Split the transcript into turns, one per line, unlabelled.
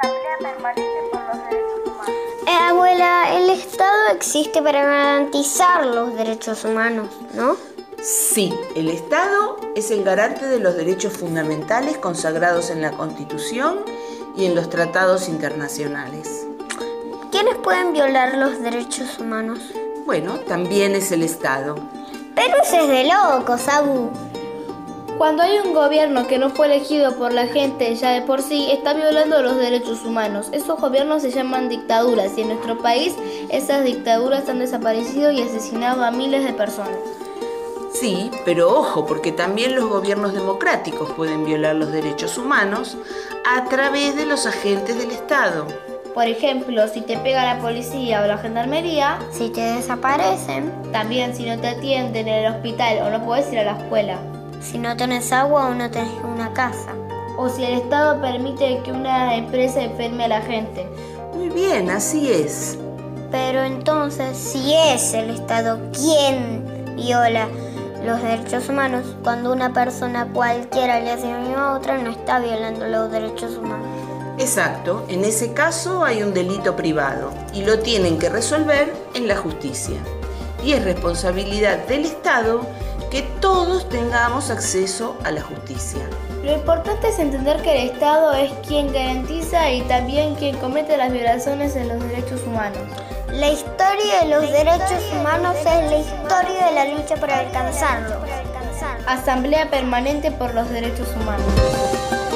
Colombia permanece por los derechos humanos?
Eh, abuela, el Estado existe para garantizar los derechos humanos, ¿no?
Sí, el Estado es el garante de los derechos fundamentales consagrados en la Constitución y en los tratados internacionales.
¿Quiénes pueden violar los derechos humanos?
Bueno, también es el Estado.
Pero eso es de locos, Abu.
Cuando hay un gobierno que no fue elegido por la gente ya de por sí, está violando los derechos humanos. Esos gobiernos se llaman dictaduras y en nuestro país esas dictaduras han desaparecido y asesinado a miles de personas.
Sí, pero ojo, porque también los gobiernos democráticos pueden violar los derechos humanos a través de los agentes del Estado.
Por ejemplo, si te pega la policía o la gendarmería,
Si te desaparecen,
también si no te atienden en el hospital o no puedes ir a la escuela.
si no tenés agua o no tenés una casa.
O si el Estado permite que una empresa enferme a la gente.
Muy bien, así es.
Pero entonces, si es el Estado quien viola los derechos humanos, cuando una persona cualquiera le hace daño a otra, no está violando los derechos humanos.
Exacto, en ese caso hay un delito privado y lo tienen que resolver en la justicia. Y es responsabilidad del Estado que todos tengamos acceso a la justicia.
Lo importante es entender que el Estado es quien garantiza y también quien comete las violaciones en los derechos humanos.
La historia de los derechos humanos es la historia de la lucha por alcanzarlos.
Asamblea Permanente por los Derechos Humanos.